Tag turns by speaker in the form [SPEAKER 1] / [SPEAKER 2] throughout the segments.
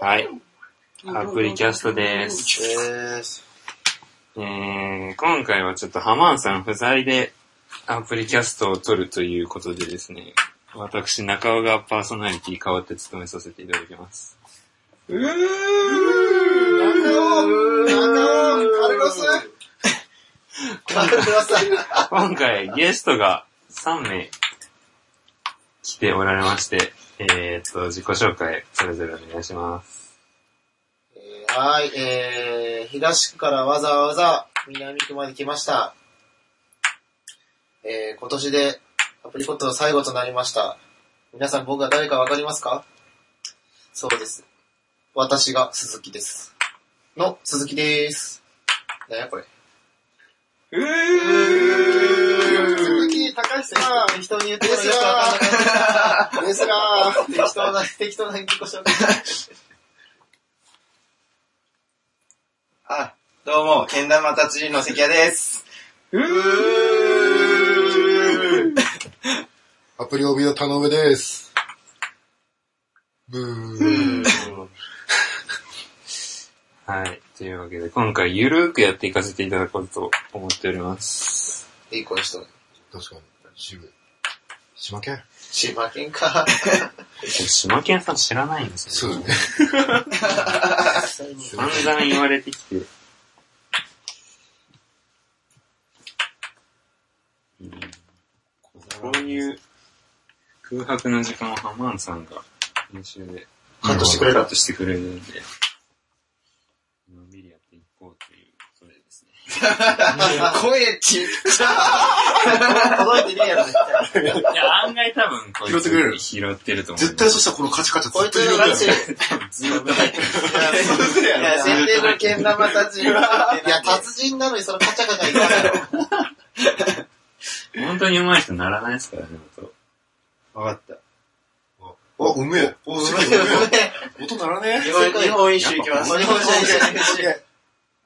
[SPEAKER 1] はい。アプリキャストです。
[SPEAKER 2] です。
[SPEAKER 1] えー、今回はちょっとハマンさん不在でアプリキャストを撮るということでですね、私中尾がパーソナリティ代わって務めさせていただきます。
[SPEAKER 3] うーん中尾中尾カルロスカルロスさん
[SPEAKER 1] 今回ゲストが3名来ておられまして、えー、っと、自己紹介それぞれお願いします。
[SPEAKER 3] えーはい、えー、東区からわざわざ南区まで来ました。えー、今年でアプリコットの最後となりました。皆さん僕が誰かわかりますかそうです。私が鈴木です。の、鈴木です。なんやこれ。
[SPEAKER 2] 鈴木高橋さん。
[SPEAKER 3] 人に言ってもよくわかんなかった。
[SPEAKER 2] ですが、
[SPEAKER 3] 適当な、適当な自己紹介。
[SPEAKER 4] あ、どうも、けん玉達人の関谷です。
[SPEAKER 5] アプリ帯の田上です。ブー。
[SPEAKER 1] はい。というわけで、今回ゆるーくやっていかせていただこうと思っております。
[SPEAKER 3] いい子の人。
[SPEAKER 5] 確かに。渋い。島県
[SPEAKER 3] 島県か。
[SPEAKER 1] 島県さん知らないんです
[SPEAKER 5] そ
[SPEAKER 1] よ
[SPEAKER 5] うだ
[SPEAKER 1] ね
[SPEAKER 5] ね。。
[SPEAKER 1] 散々言われてきて。こういう空白の時間をハマンさんが編集で
[SPEAKER 3] カットしてくれ
[SPEAKER 1] カ
[SPEAKER 3] た
[SPEAKER 1] ッ。トしてくれるんで、のんびりやっていこうという、それですね。
[SPEAKER 4] 声ちっちゃ
[SPEAKER 3] 届いてねえやろ、絶対。
[SPEAKER 1] いや、案外多分こいつ
[SPEAKER 5] 拾ってくれる
[SPEAKER 1] 拾ってると思う。
[SPEAKER 5] 絶対そしたらこのカチカチ
[SPEAKER 3] こ
[SPEAKER 5] ず
[SPEAKER 3] い
[SPEAKER 5] っ
[SPEAKER 3] つ
[SPEAKER 5] といるんだ
[SPEAKER 3] が
[SPEAKER 5] よ
[SPEAKER 3] ち。
[SPEAKER 1] ずっと入ってる
[SPEAKER 3] いや、設定のけん玉達人。いや、達人なのにそのカチャカチャいかないの。
[SPEAKER 1] 本当に上手い人ならないですからね、本
[SPEAKER 4] わかっ
[SPEAKER 5] あ、うめえ。お、すげえ、うめえ。音鳴らね
[SPEAKER 4] た。日本日本一周行きます。
[SPEAKER 3] 日本人じゃないし。
[SPEAKER 5] え。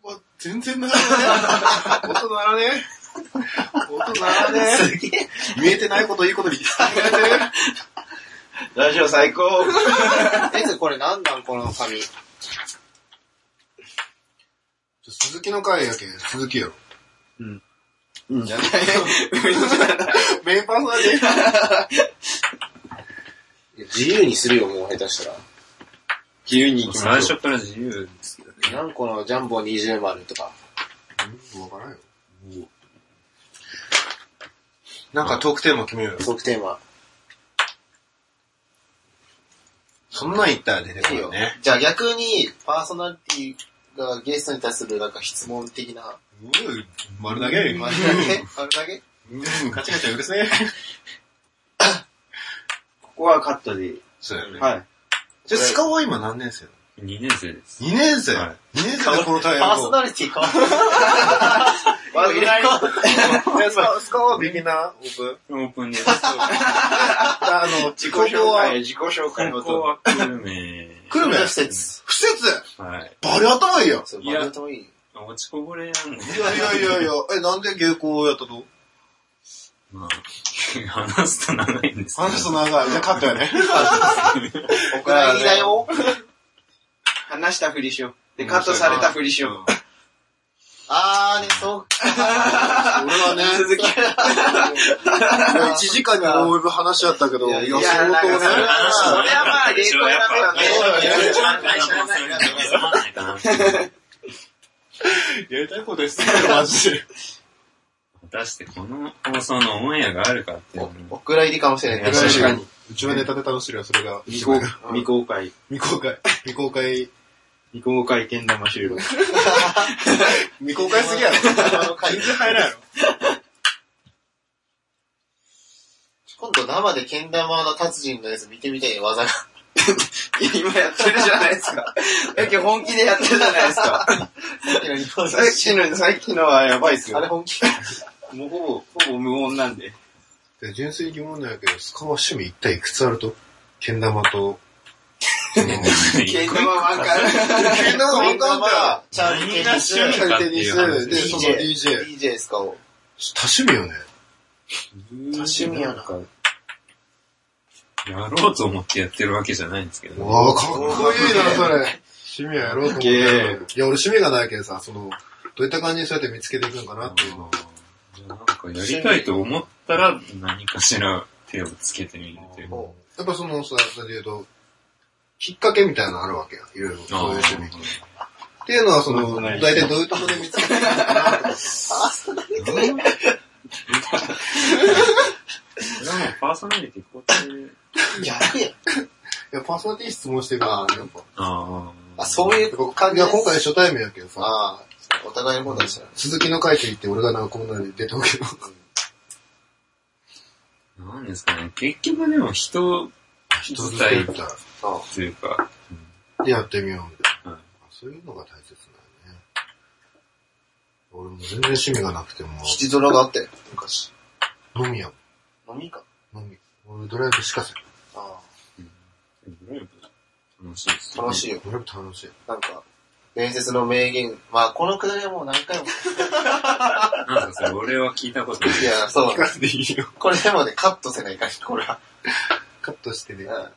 [SPEAKER 5] わ全然鳴らねえ。音鳴らねえ。音鳴らねえ。見えてないこといいことに。
[SPEAKER 4] ラジオ最高。
[SPEAKER 3] えずこれなんなんこの紙。
[SPEAKER 5] 鈴木の回やけん、鈴木やろ。
[SPEAKER 4] いいんじゃない
[SPEAKER 5] メインパーソナリティ
[SPEAKER 3] 自由にするよ、もう下手したら。
[SPEAKER 4] 自由に
[SPEAKER 1] 当。
[SPEAKER 4] 行き
[SPEAKER 1] 最
[SPEAKER 4] ましょ
[SPEAKER 1] 初から自由ですけどね。
[SPEAKER 3] 何個のジャンボ20丸とか。
[SPEAKER 5] うんわからんよ。
[SPEAKER 2] なんかトークテーマ決めようよ。
[SPEAKER 3] トークテーマ。
[SPEAKER 2] そんなん言ったら出てく
[SPEAKER 3] いい
[SPEAKER 2] る
[SPEAKER 3] よ
[SPEAKER 2] よね。。
[SPEAKER 3] じゃあ逆に、パーソナリティがゲストに対するなんか質問的な。
[SPEAKER 5] うん丸投げ。
[SPEAKER 3] あれだけあれだけ
[SPEAKER 2] うん、カチカチうるせえ。
[SPEAKER 4] う。ここはカットで。
[SPEAKER 2] そうだよね。
[SPEAKER 4] はい。
[SPEAKER 2] じゃあ、スカオは今何年生
[SPEAKER 1] 2年生です。
[SPEAKER 2] ?2 年生
[SPEAKER 1] は
[SPEAKER 2] ?2 年生でこのタイ
[SPEAKER 3] パ
[SPEAKER 2] ヤ
[SPEAKER 3] ーソ
[SPEAKER 2] を。
[SPEAKER 3] ナリテ ィ変わる。
[SPEAKER 4] わずらい。
[SPEAKER 2] スカスカオはビギナーオープン
[SPEAKER 1] オープンです。
[SPEAKER 2] あの、
[SPEAKER 4] 自己
[SPEAKER 2] ここ
[SPEAKER 4] 紹
[SPEAKER 2] は
[SPEAKER 4] 介、自己紹介
[SPEAKER 1] こ
[SPEAKER 4] の
[SPEAKER 1] こ
[SPEAKER 4] と。
[SPEAKER 1] は久留米。
[SPEAKER 2] 久留米
[SPEAKER 3] 不説。
[SPEAKER 2] 不節
[SPEAKER 1] はい。
[SPEAKER 5] バリ頭いいやん。
[SPEAKER 3] そう、
[SPEAKER 1] いや
[SPEAKER 3] バルトもいい。
[SPEAKER 1] 落ちこぼれなんで。
[SPEAKER 2] いやいやいやいや、え、なんで芸行やったと
[SPEAKER 1] まあ、話すと長いんですけど
[SPEAKER 5] 話すと長い。じゃあカットやね。
[SPEAKER 3] お蔵入りだよ。
[SPEAKER 4] 話したふりしよう。で、カットされたふりしよ
[SPEAKER 3] あーね、そう。
[SPEAKER 5] 俺はね、
[SPEAKER 4] う。続き。
[SPEAKER 5] 1時間にも及ぶ話だったけど、
[SPEAKER 3] いやい
[SPEAKER 5] い
[SPEAKER 3] や
[SPEAKER 5] や、
[SPEAKER 4] な
[SPEAKER 5] 相
[SPEAKER 4] んかそれ
[SPEAKER 5] 当ね。
[SPEAKER 4] は、それはまあ、冷凍やめだね。
[SPEAKER 2] やりたいことです。
[SPEAKER 5] マジで。
[SPEAKER 1] 果たしてこの放送のオンエアがあるかっていうの
[SPEAKER 3] お蔵入りかもしれない。
[SPEAKER 5] 確
[SPEAKER 4] 確
[SPEAKER 5] か
[SPEAKER 4] か
[SPEAKER 5] に。うちはネタで楽しいよ、それが。
[SPEAKER 4] 未 公未公開。
[SPEAKER 5] 未公開。未公開。
[SPEAKER 4] 未公開けん玉収録。
[SPEAKER 5] 未公開すぎやろ。
[SPEAKER 2] 全然入らんやろ。
[SPEAKER 3] 今度生でけん玉の達人のやつ見てみて、技が。
[SPEAKER 4] いや今やってるじゃないで すか。だけど本気でやってるじゃないですか。 さっきの、さっきのはやばいっす
[SPEAKER 3] あ
[SPEAKER 4] よ
[SPEAKER 3] れ。本 気
[SPEAKER 4] もうほぼ、ほぼ無音なんで。
[SPEAKER 5] で純粋に疑問なんやけど、スカは趣味一体いくつあるとけん玉と、
[SPEAKER 4] けん玉わかる。
[SPEAKER 5] けん玉
[SPEAKER 3] けん
[SPEAKER 5] かん
[SPEAKER 3] 玉、チャーリ
[SPEAKER 1] 何
[SPEAKER 3] ーケ
[SPEAKER 1] が
[SPEAKER 3] ン
[SPEAKER 1] 趣
[SPEAKER 3] ス、
[SPEAKER 1] 味かって
[SPEAKER 5] テニ
[SPEAKER 1] いう
[SPEAKER 5] ス、
[SPEAKER 1] 話
[SPEAKER 5] で、その DJ。
[SPEAKER 3] DJ ですかを。
[SPEAKER 5] 多趣味よね。
[SPEAKER 1] 多趣味なんか、やろうと思ってやってるわけじゃないんですけど、ね。
[SPEAKER 5] わあ、かっこいいな、それ。趣味はやろうと思って
[SPEAKER 4] い
[SPEAKER 5] い
[SPEAKER 4] やいや
[SPEAKER 5] や、俺趣味がないけどさ、その、どういった感じにそうやって見つけていくんかなっていうのは。
[SPEAKER 1] なんかやりたいと思ったら何かしら手をつけてみるというか。
[SPEAKER 5] やっぱそのさ、それで言うと、きっかけみたいなのあるわけや。いろいろ、そういう趣味。っていうのは、その、
[SPEAKER 2] まあ
[SPEAKER 5] 大体どういうところで見つけてるのかなとか。
[SPEAKER 1] 俺もパーソナリティこうやって。
[SPEAKER 3] やるやん。
[SPEAKER 5] いや、パーソナリティ質問してるから、やっ ぱ。
[SPEAKER 1] あ
[SPEAKER 3] あ、そういう感
[SPEAKER 5] い
[SPEAKER 3] じ
[SPEAKER 5] や、
[SPEAKER 3] で
[SPEAKER 5] 今回初対面やけどさ、
[SPEAKER 3] ああ、お互いのことですよね。
[SPEAKER 5] 鈴木の会と言って俺がなんかこんなに出ておけば。
[SPEAKER 1] あ。なんですかね。結局でも人
[SPEAKER 5] 人
[SPEAKER 1] 伝
[SPEAKER 5] づて
[SPEAKER 1] い
[SPEAKER 5] みたい
[SPEAKER 1] というか、
[SPEAKER 5] な。で、やってみようみたいな。
[SPEAKER 1] うん
[SPEAKER 5] そういうのが大切だよね。俺も全然趣味がなくても、
[SPEAKER 3] 七空があったよ、昔。
[SPEAKER 5] 飲みや
[SPEAKER 3] 飲みか。
[SPEAKER 5] もん。飲み。俺ドライブしかせん。
[SPEAKER 3] あ
[SPEAKER 1] ドライブ楽しいです
[SPEAKER 3] あ、
[SPEAKER 1] よね
[SPEAKER 3] 楽しいよ。
[SPEAKER 5] ドライブ楽しい。
[SPEAKER 3] なんか、伝説の名言。まあ、このくだりはもう何回も。
[SPEAKER 1] なんかそれ俺は聞いたことない。
[SPEAKER 3] いや、そう。
[SPEAKER 5] かせていい よ。
[SPEAKER 3] これでもね、カットせないから、これは。
[SPEAKER 5] カットしてね。
[SPEAKER 3] なんかね、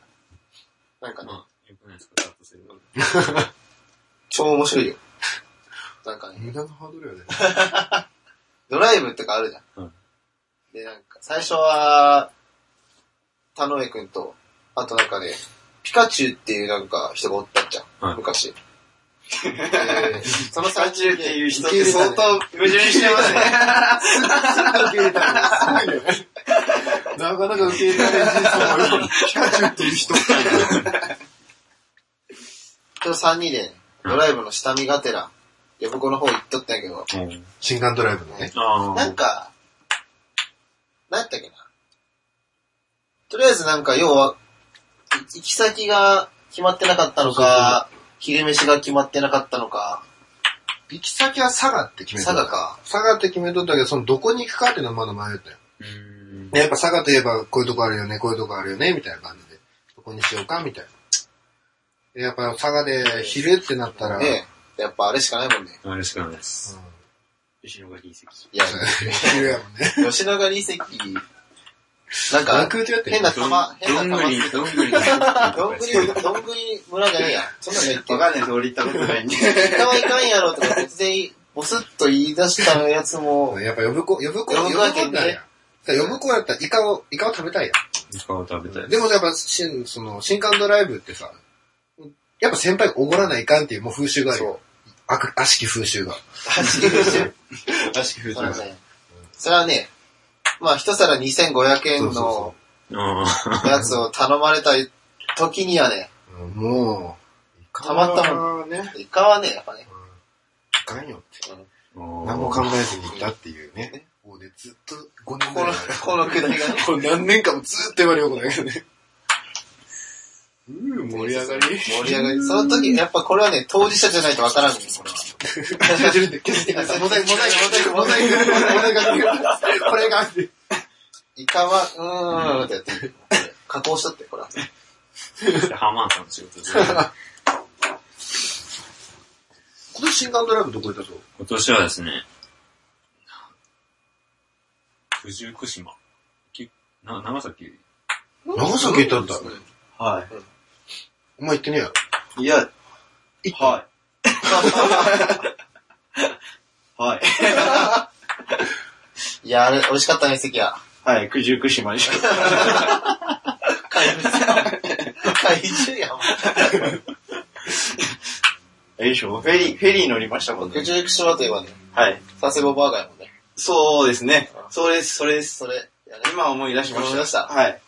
[SPEAKER 1] まあ、よくないですか、カットするの。
[SPEAKER 3] 超面白い よ。なんかね、
[SPEAKER 5] 無駄なハードルよね。
[SPEAKER 3] ドライブとかあるじゃん。
[SPEAKER 1] うん
[SPEAKER 3] で、なんか、最初は、田上くんと、あとなんかね、ピカチュウっていうなんか人がおったじゃん。
[SPEAKER 1] はい
[SPEAKER 3] 昔。で その三中っていう
[SPEAKER 4] 人って相当矛盾してますね。
[SPEAKER 5] 受け入れたのすごいね。なかなか受け入れられない人もいる。ピカチュウっていう人。
[SPEAKER 3] その三人で、ドライブの下見がてら、予告の方行っとったんやけど、
[SPEAKER 5] 新刊ドライブのね。
[SPEAKER 1] あ
[SPEAKER 3] なんか、何やったっけな。とりあえずなんか、要は、い行き先が決まってなかったのか、昼飯が決まってなかったのか、
[SPEAKER 5] 行き先は佐賀って決めと
[SPEAKER 3] 佐
[SPEAKER 5] った。
[SPEAKER 3] 賀。か。
[SPEAKER 5] 佐賀って決めとったけど、そのどこに行くかっていうのはまだ迷ったよ。
[SPEAKER 1] うーん。
[SPEAKER 5] ねやっぱ佐賀といえばこういうとこあるよね、こういうとこあるよね、みたいな感じで。どこにしようか、みたいな。でやっぱ佐賀で昼ってなったら、
[SPEAKER 3] ねえやっぱあれしかないもんね。
[SPEAKER 1] あれしかないです。
[SPEAKER 5] う
[SPEAKER 1] 後ろが隕石。
[SPEAKER 3] いや、
[SPEAKER 5] ん、昼やもんね。
[SPEAKER 3] 吉野ヶ里遺跡、なん
[SPEAKER 5] ラ
[SPEAKER 3] か、
[SPEAKER 5] ンク違って
[SPEAKER 3] 変な玉、変
[SPEAKER 1] どん
[SPEAKER 3] な
[SPEAKER 1] ぐ
[SPEAKER 3] 玉
[SPEAKER 1] り、
[SPEAKER 3] つけて
[SPEAKER 1] どんぐり。
[SPEAKER 3] どんぐり、どんぐり村じゃねえや。そんなの言って
[SPEAKER 4] わ
[SPEAKER 3] る。
[SPEAKER 4] かんないです、俺行ったことないんで。
[SPEAKER 3] 行ったはいかんやろとか突然、ボスッと言い出したやつも、
[SPEAKER 5] やっぱ呼ぶ子、呼ぶ
[SPEAKER 3] 呼
[SPEAKER 5] 子、呼
[SPEAKER 3] ぶ子
[SPEAKER 5] ぶ子
[SPEAKER 3] だ
[SPEAKER 5] だ
[SPEAKER 3] けね
[SPEAKER 5] ったらやん。だから呼ぶ子やったらイカを、イカを食べたいやん。
[SPEAKER 1] イカを食べたい。
[SPEAKER 5] でもやっぱ、新、その、新刊ドライブってさ、やっぱ先輩がおごらないかんっていうもう風習があるよ。悪悪しき風習が。
[SPEAKER 3] 走り出してる
[SPEAKER 4] らしく
[SPEAKER 3] それはね、それはね、まあ一皿2500円
[SPEAKER 5] そう
[SPEAKER 3] の
[SPEAKER 5] そ
[SPEAKER 1] ああ。
[SPEAKER 3] やつを頼まれた時にはね、
[SPEAKER 5] うんもう、イカ
[SPEAKER 3] たまった
[SPEAKER 5] もん。ね。
[SPEAKER 3] イカはね、やっぱね、
[SPEAKER 5] いかんよって。何
[SPEAKER 1] 何
[SPEAKER 5] も考えずに行ったっていうね。もうね、ずっと5年
[SPEAKER 3] こ
[SPEAKER 5] ぐら
[SPEAKER 3] の
[SPEAKER 5] い。、
[SPEAKER 3] このくだりがね、
[SPEAKER 5] これ何年間もずっと言われようことないけどね。うー、盛り上がり。
[SPEAKER 3] 盛り上 がり。その時、やっぱこれはね、当事者じゃないとわからんね、これは。
[SPEAKER 5] 削ってるんで、削ってください。モザイク、モザイク、モザイク、モザイク、モザイク、これが、
[SPEAKER 3] イカは、うーんってやってる。加工しとって、これは。
[SPEAKER 1] ハマーさんの仕事ですね。
[SPEAKER 5] 今年新刊ドライブどこ行ったと
[SPEAKER 1] 今年はですね、九十九島。きな長崎
[SPEAKER 5] 長崎行ったんだ。
[SPEAKER 4] は
[SPEAKER 5] お前行ってねえやろ。
[SPEAKER 4] い。いや、はい。はい。
[SPEAKER 3] いや、あれ、美味しかったね、関は。
[SPEAKER 4] はい、九十九島でしょ。
[SPEAKER 3] 怪獣やん。
[SPEAKER 4] よいしょ、フェリー、フェリー乗りましたもん
[SPEAKER 3] 九
[SPEAKER 4] ね。
[SPEAKER 3] 十九島といえばね、
[SPEAKER 4] はい。
[SPEAKER 3] 佐世保バーガーやもんね。
[SPEAKER 4] そうですね。そうです、それです。
[SPEAKER 3] それ、やね。
[SPEAKER 4] 今思い出しました。
[SPEAKER 3] 思い出した
[SPEAKER 4] はい。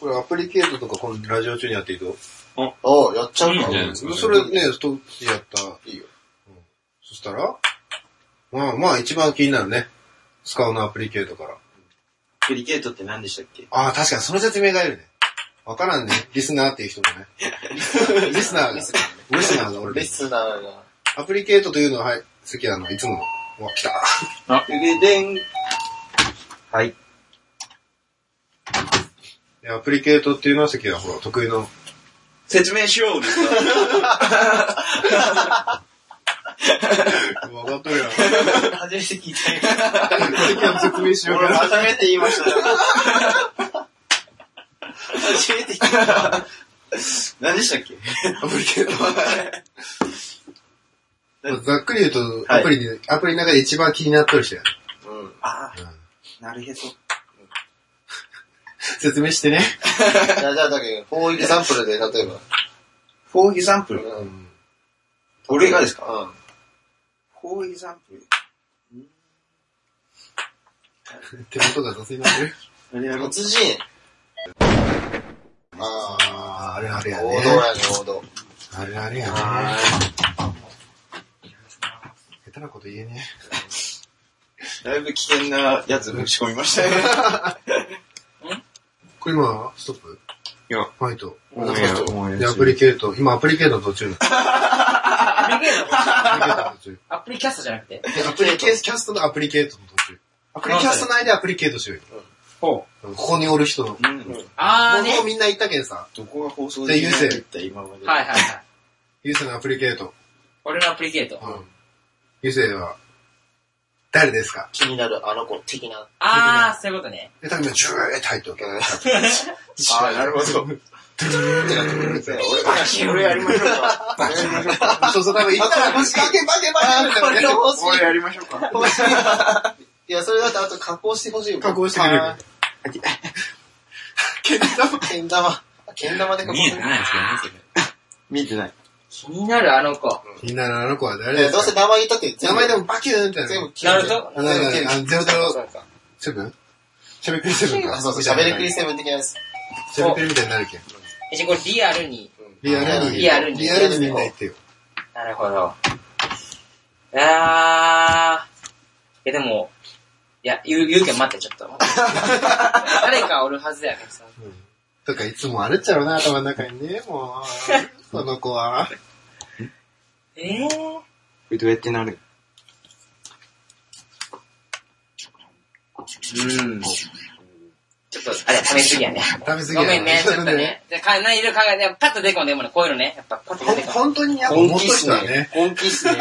[SPEAKER 5] これアプリケートとかこのラジオ中にやっていいと
[SPEAKER 3] おう、やっちゃう
[SPEAKER 1] いいん
[SPEAKER 3] か
[SPEAKER 1] じゃないですか。
[SPEAKER 5] それね、ストッチやった。
[SPEAKER 3] いいよ。
[SPEAKER 5] そしたらまあまあ一番気になるね。スカウのアプリケートから。
[SPEAKER 4] クリケートって何でしたっけ
[SPEAKER 5] ああ、確かにその説明がいるね。わからんね。リスナーっていう人も ね。リスナー
[SPEAKER 3] リ
[SPEAKER 5] が、リ
[SPEAKER 3] ス
[SPEAKER 5] ス
[SPEAKER 3] ナ
[SPEAKER 5] ナーが俺
[SPEAKER 3] リ
[SPEAKER 5] です。
[SPEAKER 3] スナーが。
[SPEAKER 5] アプリケートというのは、はい、好きなの、いつもの。うわ、来た。
[SPEAKER 4] 腕でん。はい。
[SPEAKER 5] でアプリケートっていうのは関はほら、得意の。
[SPEAKER 4] 説明しようですか
[SPEAKER 5] わかっとるやん。
[SPEAKER 3] 初めて聞いたよ。
[SPEAKER 5] 関は説明しようか
[SPEAKER 4] 俺
[SPEAKER 5] な。
[SPEAKER 4] 初めて言いましたね。
[SPEAKER 3] 初めて聞いた。
[SPEAKER 1] 何でしたっけ
[SPEAKER 5] アプリ系
[SPEAKER 1] うん
[SPEAKER 5] ざっくり言うと、
[SPEAKER 1] はい
[SPEAKER 5] アプリで、アプリの中で一番気になっとる人や。
[SPEAKER 1] うん。あ
[SPEAKER 5] うん
[SPEAKER 1] あ、なるへそ。
[SPEAKER 5] 説明してね。
[SPEAKER 3] じゃあ、じゃあ、だけど、フォーイサンプルで、例えば。
[SPEAKER 1] For example?
[SPEAKER 5] うん。
[SPEAKER 1] 俺がですか
[SPEAKER 3] うん。
[SPEAKER 1] For example?
[SPEAKER 5] 手元が雑になってる。
[SPEAKER 1] 何や
[SPEAKER 3] 無人。あ
[SPEAKER 5] あー、あれあれ
[SPEAKER 3] あ、
[SPEAKER 5] や
[SPEAKER 3] 王
[SPEAKER 5] ね
[SPEAKER 3] 道。やね、王道。
[SPEAKER 5] あれあれやね。下手なこと言えね
[SPEAKER 1] だいぶ危険なやつぶち込みましたね。
[SPEAKER 5] え。これ今、ストップ
[SPEAKER 6] いや
[SPEAKER 5] ファイト。
[SPEAKER 6] オンエア、オンエ
[SPEAKER 5] で、
[SPEAKER 6] ア
[SPEAKER 5] アプリケート、今アプリケートの途中だ。
[SPEAKER 7] アプリケート
[SPEAKER 5] アプリケートの途中。
[SPEAKER 7] アプリキャストじゃなくて。
[SPEAKER 5] でアプリケート、キャストのアプリケートの途中。アプリキャスト内でアプリケートしようよ。
[SPEAKER 6] ほ
[SPEAKER 5] ここにおる人の。も
[SPEAKER 1] うん。
[SPEAKER 7] あーね。
[SPEAKER 5] うみんな言ったけんさ、
[SPEAKER 1] どこが放送できないって言った今まで。
[SPEAKER 7] はいはいはい。
[SPEAKER 5] ゆうせいのアプリケート。
[SPEAKER 7] 俺のアプリケート。
[SPEAKER 5] うん。ゆうせいは、誰ですか
[SPEAKER 3] 気になるあの子的な。
[SPEAKER 7] あー、そういうことね。
[SPEAKER 5] で、多分、ジューって入っておけ。
[SPEAKER 1] ああ、なるほど。
[SPEAKER 5] 俺やりましょうか。そうそう、多分、行ったら、
[SPEAKER 3] バケバケバケこれ欲しい。
[SPEAKER 1] 俺やりましょうか。
[SPEAKER 3] いや、それだってあと加工してほしいもん。
[SPEAKER 5] 加工してくれる。
[SPEAKER 3] けん玉。けん玉で
[SPEAKER 6] う。
[SPEAKER 3] 加工
[SPEAKER 6] 見え
[SPEAKER 3] して
[SPEAKER 6] て
[SPEAKER 3] く
[SPEAKER 6] ないですけどね、
[SPEAKER 1] 見てない。
[SPEAKER 7] 気になるあの子。
[SPEAKER 5] みんなのあの子は誰
[SPEAKER 3] れ
[SPEAKER 5] で
[SPEAKER 3] る。
[SPEAKER 5] す
[SPEAKER 3] どうせ
[SPEAKER 5] か
[SPEAKER 3] 名前言ったって全部、
[SPEAKER 5] 名前でもバキューンってな
[SPEAKER 3] 全
[SPEAKER 5] る
[SPEAKER 3] 部。聞いて
[SPEAKER 7] なるほ
[SPEAKER 5] あ、なになに、ゼロゼロ
[SPEAKER 3] か。
[SPEAKER 5] セブンしゃべくりセブンか。
[SPEAKER 3] あ、そうそう、喋れクリ
[SPEAKER 5] し
[SPEAKER 3] セブン的なやつ。
[SPEAKER 5] ゃべくりみたいになるけん。
[SPEAKER 7] え、じゃあこれリアルに。
[SPEAKER 5] リアルに。
[SPEAKER 7] リアルに
[SPEAKER 5] リアルにみんな言ってよ。
[SPEAKER 7] なるほど。あー。え、でも、いや、言う、言うけん待って、ちょ っと。誰かおるはずやけどさ。
[SPEAKER 5] うんとか、いつもあるっちゃろうな、頭の中にね、もう。その子は。
[SPEAKER 7] えー。
[SPEAKER 1] これどうやってなる
[SPEAKER 7] うん。ちょっと、あれ、試しすぎやね。
[SPEAKER 5] 食べ過ぎや
[SPEAKER 7] ごめんね、ちょっとね。じゃあ、か何色考えて、パッと出てこんでもね、こういうのね。やっぱ、パッと出てこん。
[SPEAKER 5] 本当にやっぱ思っと
[SPEAKER 1] っ
[SPEAKER 5] したね。。
[SPEAKER 1] 本気っすね。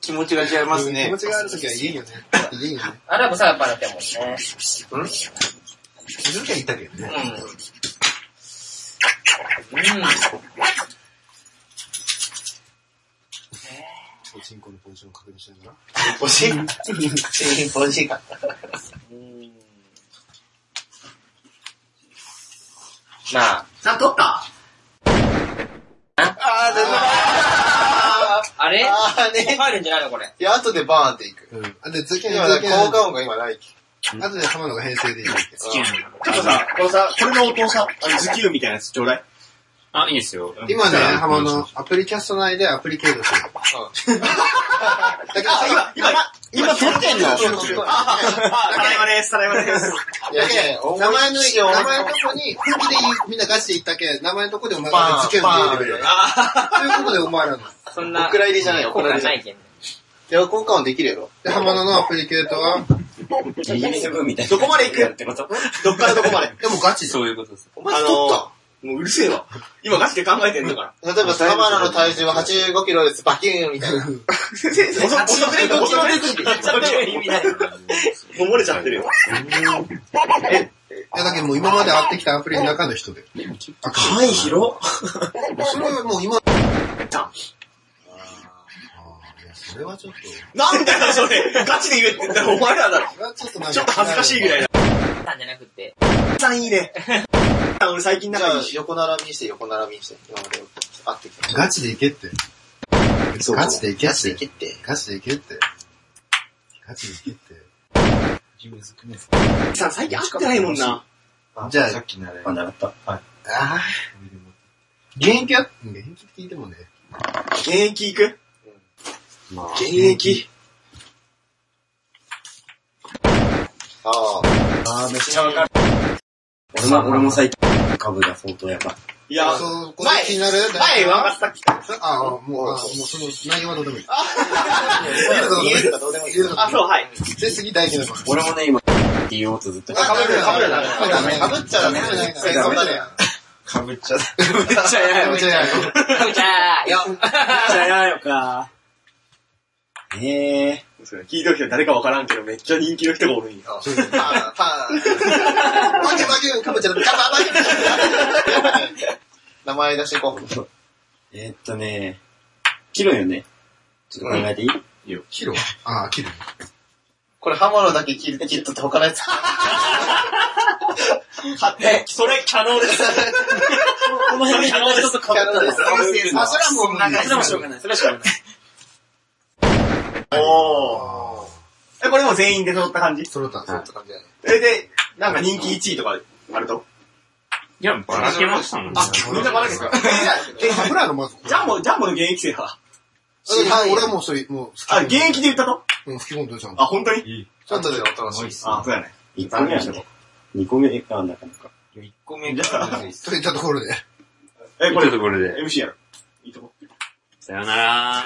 [SPEAKER 1] 気持ちが違います
[SPEAKER 5] 気
[SPEAKER 1] ね
[SPEAKER 5] 持。ちがあるときはいいよね。いいよね。
[SPEAKER 7] アラブさ、やっぱなってもんね。
[SPEAKER 5] 自分で言ったけどね。
[SPEAKER 7] うん。うん。
[SPEAKER 5] おちんこのポジションを確認しながら。
[SPEAKER 3] 欲しい欲しいか。
[SPEAKER 7] まあ、
[SPEAKER 3] ちゃんと撮った
[SPEAKER 7] あれ
[SPEAKER 3] あー
[SPEAKER 7] ここ
[SPEAKER 3] ね。
[SPEAKER 7] 入るんじゃないのこれ。
[SPEAKER 3] いや、後でバーンっていく。
[SPEAKER 5] うん。あ、で、次
[SPEAKER 3] 今、
[SPEAKER 5] は、
[SPEAKER 3] だ
[SPEAKER 5] 後
[SPEAKER 3] から効果音が今ない。
[SPEAKER 5] で浜野が編成でいいわけ。
[SPEAKER 4] ちょっとさ、このさ、これのお父さん、あの、ズキューみたいなやつちょうだい。
[SPEAKER 6] あ、いいですよ。
[SPEAKER 5] 今ね、浜野、アプリキャスト内でアプリケートする。
[SPEAKER 4] あ、今、今、今撮ってんのあ、ただいまです、ただいまです。
[SPEAKER 3] いやいやいや、
[SPEAKER 5] 名前の、
[SPEAKER 3] 一応、
[SPEAKER 5] 名前のとこに、本気で言うみんなガチで言ったけん、名前のとこでお前
[SPEAKER 3] バーン
[SPEAKER 5] が事件を入れるよ。ということでお前らの。
[SPEAKER 7] そんな、
[SPEAKER 3] お蔵入りじゃないよ、お
[SPEAKER 7] 効果
[SPEAKER 3] 蔵入
[SPEAKER 7] が
[SPEAKER 3] りじ
[SPEAKER 7] ないけ
[SPEAKER 3] ゃない。
[SPEAKER 7] んね。
[SPEAKER 3] いや、効果音できるやろ。
[SPEAKER 5] で、浜野のアプリケートは、
[SPEAKER 4] どこまで行くってことどっからどこまで。
[SPEAKER 5] でもガチで。
[SPEAKER 6] そういうことです。
[SPEAKER 4] お前撮ったもううるせえわ。今ガチで考えてんだから。
[SPEAKER 3] 例えば、サマラの体重は85キロです、バキューンみたいな。
[SPEAKER 4] 遅遅くねえか、遅くねえか。
[SPEAKER 7] 意味ない。
[SPEAKER 4] もう漏れちゃってるよ。
[SPEAKER 5] いや、だけどもう今まで会ってきたアプリの中の人で。あ、範囲広それはもう今。あーいやそれはちょっと、
[SPEAKER 4] なんだよ、それ。ガチで言えってんだよ、お前らだろ。
[SPEAKER 5] それはちょっとなんか
[SPEAKER 4] ちょっと恥ずかしいぐらいだ。
[SPEAKER 7] たんじゃなくて。
[SPEAKER 4] さんいい ね。俺最近
[SPEAKER 3] じゃ
[SPEAKER 4] 仲い
[SPEAKER 3] あ
[SPEAKER 4] いし。
[SPEAKER 3] 横並びにして、横並びにして、今まで合ってきた。
[SPEAKER 5] ガチでいけって。ガチでいけって。
[SPEAKER 3] 切って。
[SPEAKER 5] ガチでいけって。ガチでいけって。
[SPEAKER 4] さん最近会ってないもんな。
[SPEAKER 5] じゃあ
[SPEAKER 1] さっきのあれ。あ、なかった。はい。
[SPEAKER 5] ああ。
[SPEAKER 3] 元気や
[SPEAKER 5] 現役って言ってもね。
[SPEAKER 4] 現役行く
[SPEAKER 6] まあ、
[SPEAKER 4] 現役。
[SPEAKER 3] ああ。
[SPEAKER 1] あー、めっちゃわかる。俺も、俺も最近、株が相当やばい。
[SPEAKER 4] いや、
[SPEAKER 5] そう、これ気になる
[SPEAKER 4] 前分かった。
[SPEAKER 5] ああ、もう、ああもうその内容はどうでもいい。
[SPEAKER 3] 見えるかどうでもいい。
[SPEAKER 4] あ、そう、はい。
[SPEAKER 5] で、次大事なの。
[SPEAKER 1] 俺もね、今、って言おうとずっと。
[SPEAKER 5] あ
[SPEAKER 4] 被る被る
[SPEAKER 5] ダメ
[SPEAKER 3] かぶっちゃダメだね。そんなのや。
[SPEAKER 1] かぶっちゃった。
[SPEAKER 4] めっちゃ
[SPEAKER 5] ダメじゃない
[SPEAKER 7] かぶちゃーよ。
[SPEAKER 1] じゃあやよか。ええ
[SPEAKER 4] それ聞いとけど誰かわからんけど、めっちゃ人気の人がおるんや。
[SPEAKER 3] パー、パー。バキュバキュかぶちゃん、カバーバキュ名前出していこう。
[SPEAKER 8] えーっとね、キロよね。ちょっと考えていい、
[SPEAKER 5] キロああ、キロ。
[SPEAKER 3] これ刃物だけ切って切っとって他のや つ。
[SPEAKER 4] え、それ可能です。この辺可能です。
[SPEAKER 3] キャラです。
[SPEAKER 8] あ、それはもう
[SPEAKER 9] それもしょうがない。それはしょうがない。
[SPEAKER 4] おー。え、これもう全員で揃った感じ
[SPEAKER 5] 揃ったんですよ。
[SPEAKER 4] え、で、なんか人気1位とかあると
[SPEAKER 1] いや、ばらけましたもんね。
[SPEAKER 4] みんなバラけか。
[SPEAKER 5] え、油のまず、
[SPEAKER 4] ジャンボ、ジャンボの現役生は。
[SPEAKER 5] 俺はもうそれ、もう、
[SPEAKER 4] あ、現役で言ったと
[SPEAKER 5] うん吹き込んでたん
[SPEAKER 4] あ、本当に
[SPEAKER 3] ちょっとでおとなしい。
[SPEAKER 4] あ、そうやね。
[SPEAKER 8] 1個目やね。2個目か、なかなか。
[SPEAKER 1] 1個目じゃあ、
[SPEAKER 5] といったところで。
[SPEAKER 4] え、
[SPEAKER 1] こ
[SPEAKER 4] こ
[SPEAKER 1] れ
[SPEAKER 4] れ
[SPEAKER 1] と、これで。
[SPEAKER 4] MC やろ。いいとこ。
[SPEAKER 1] さよなら。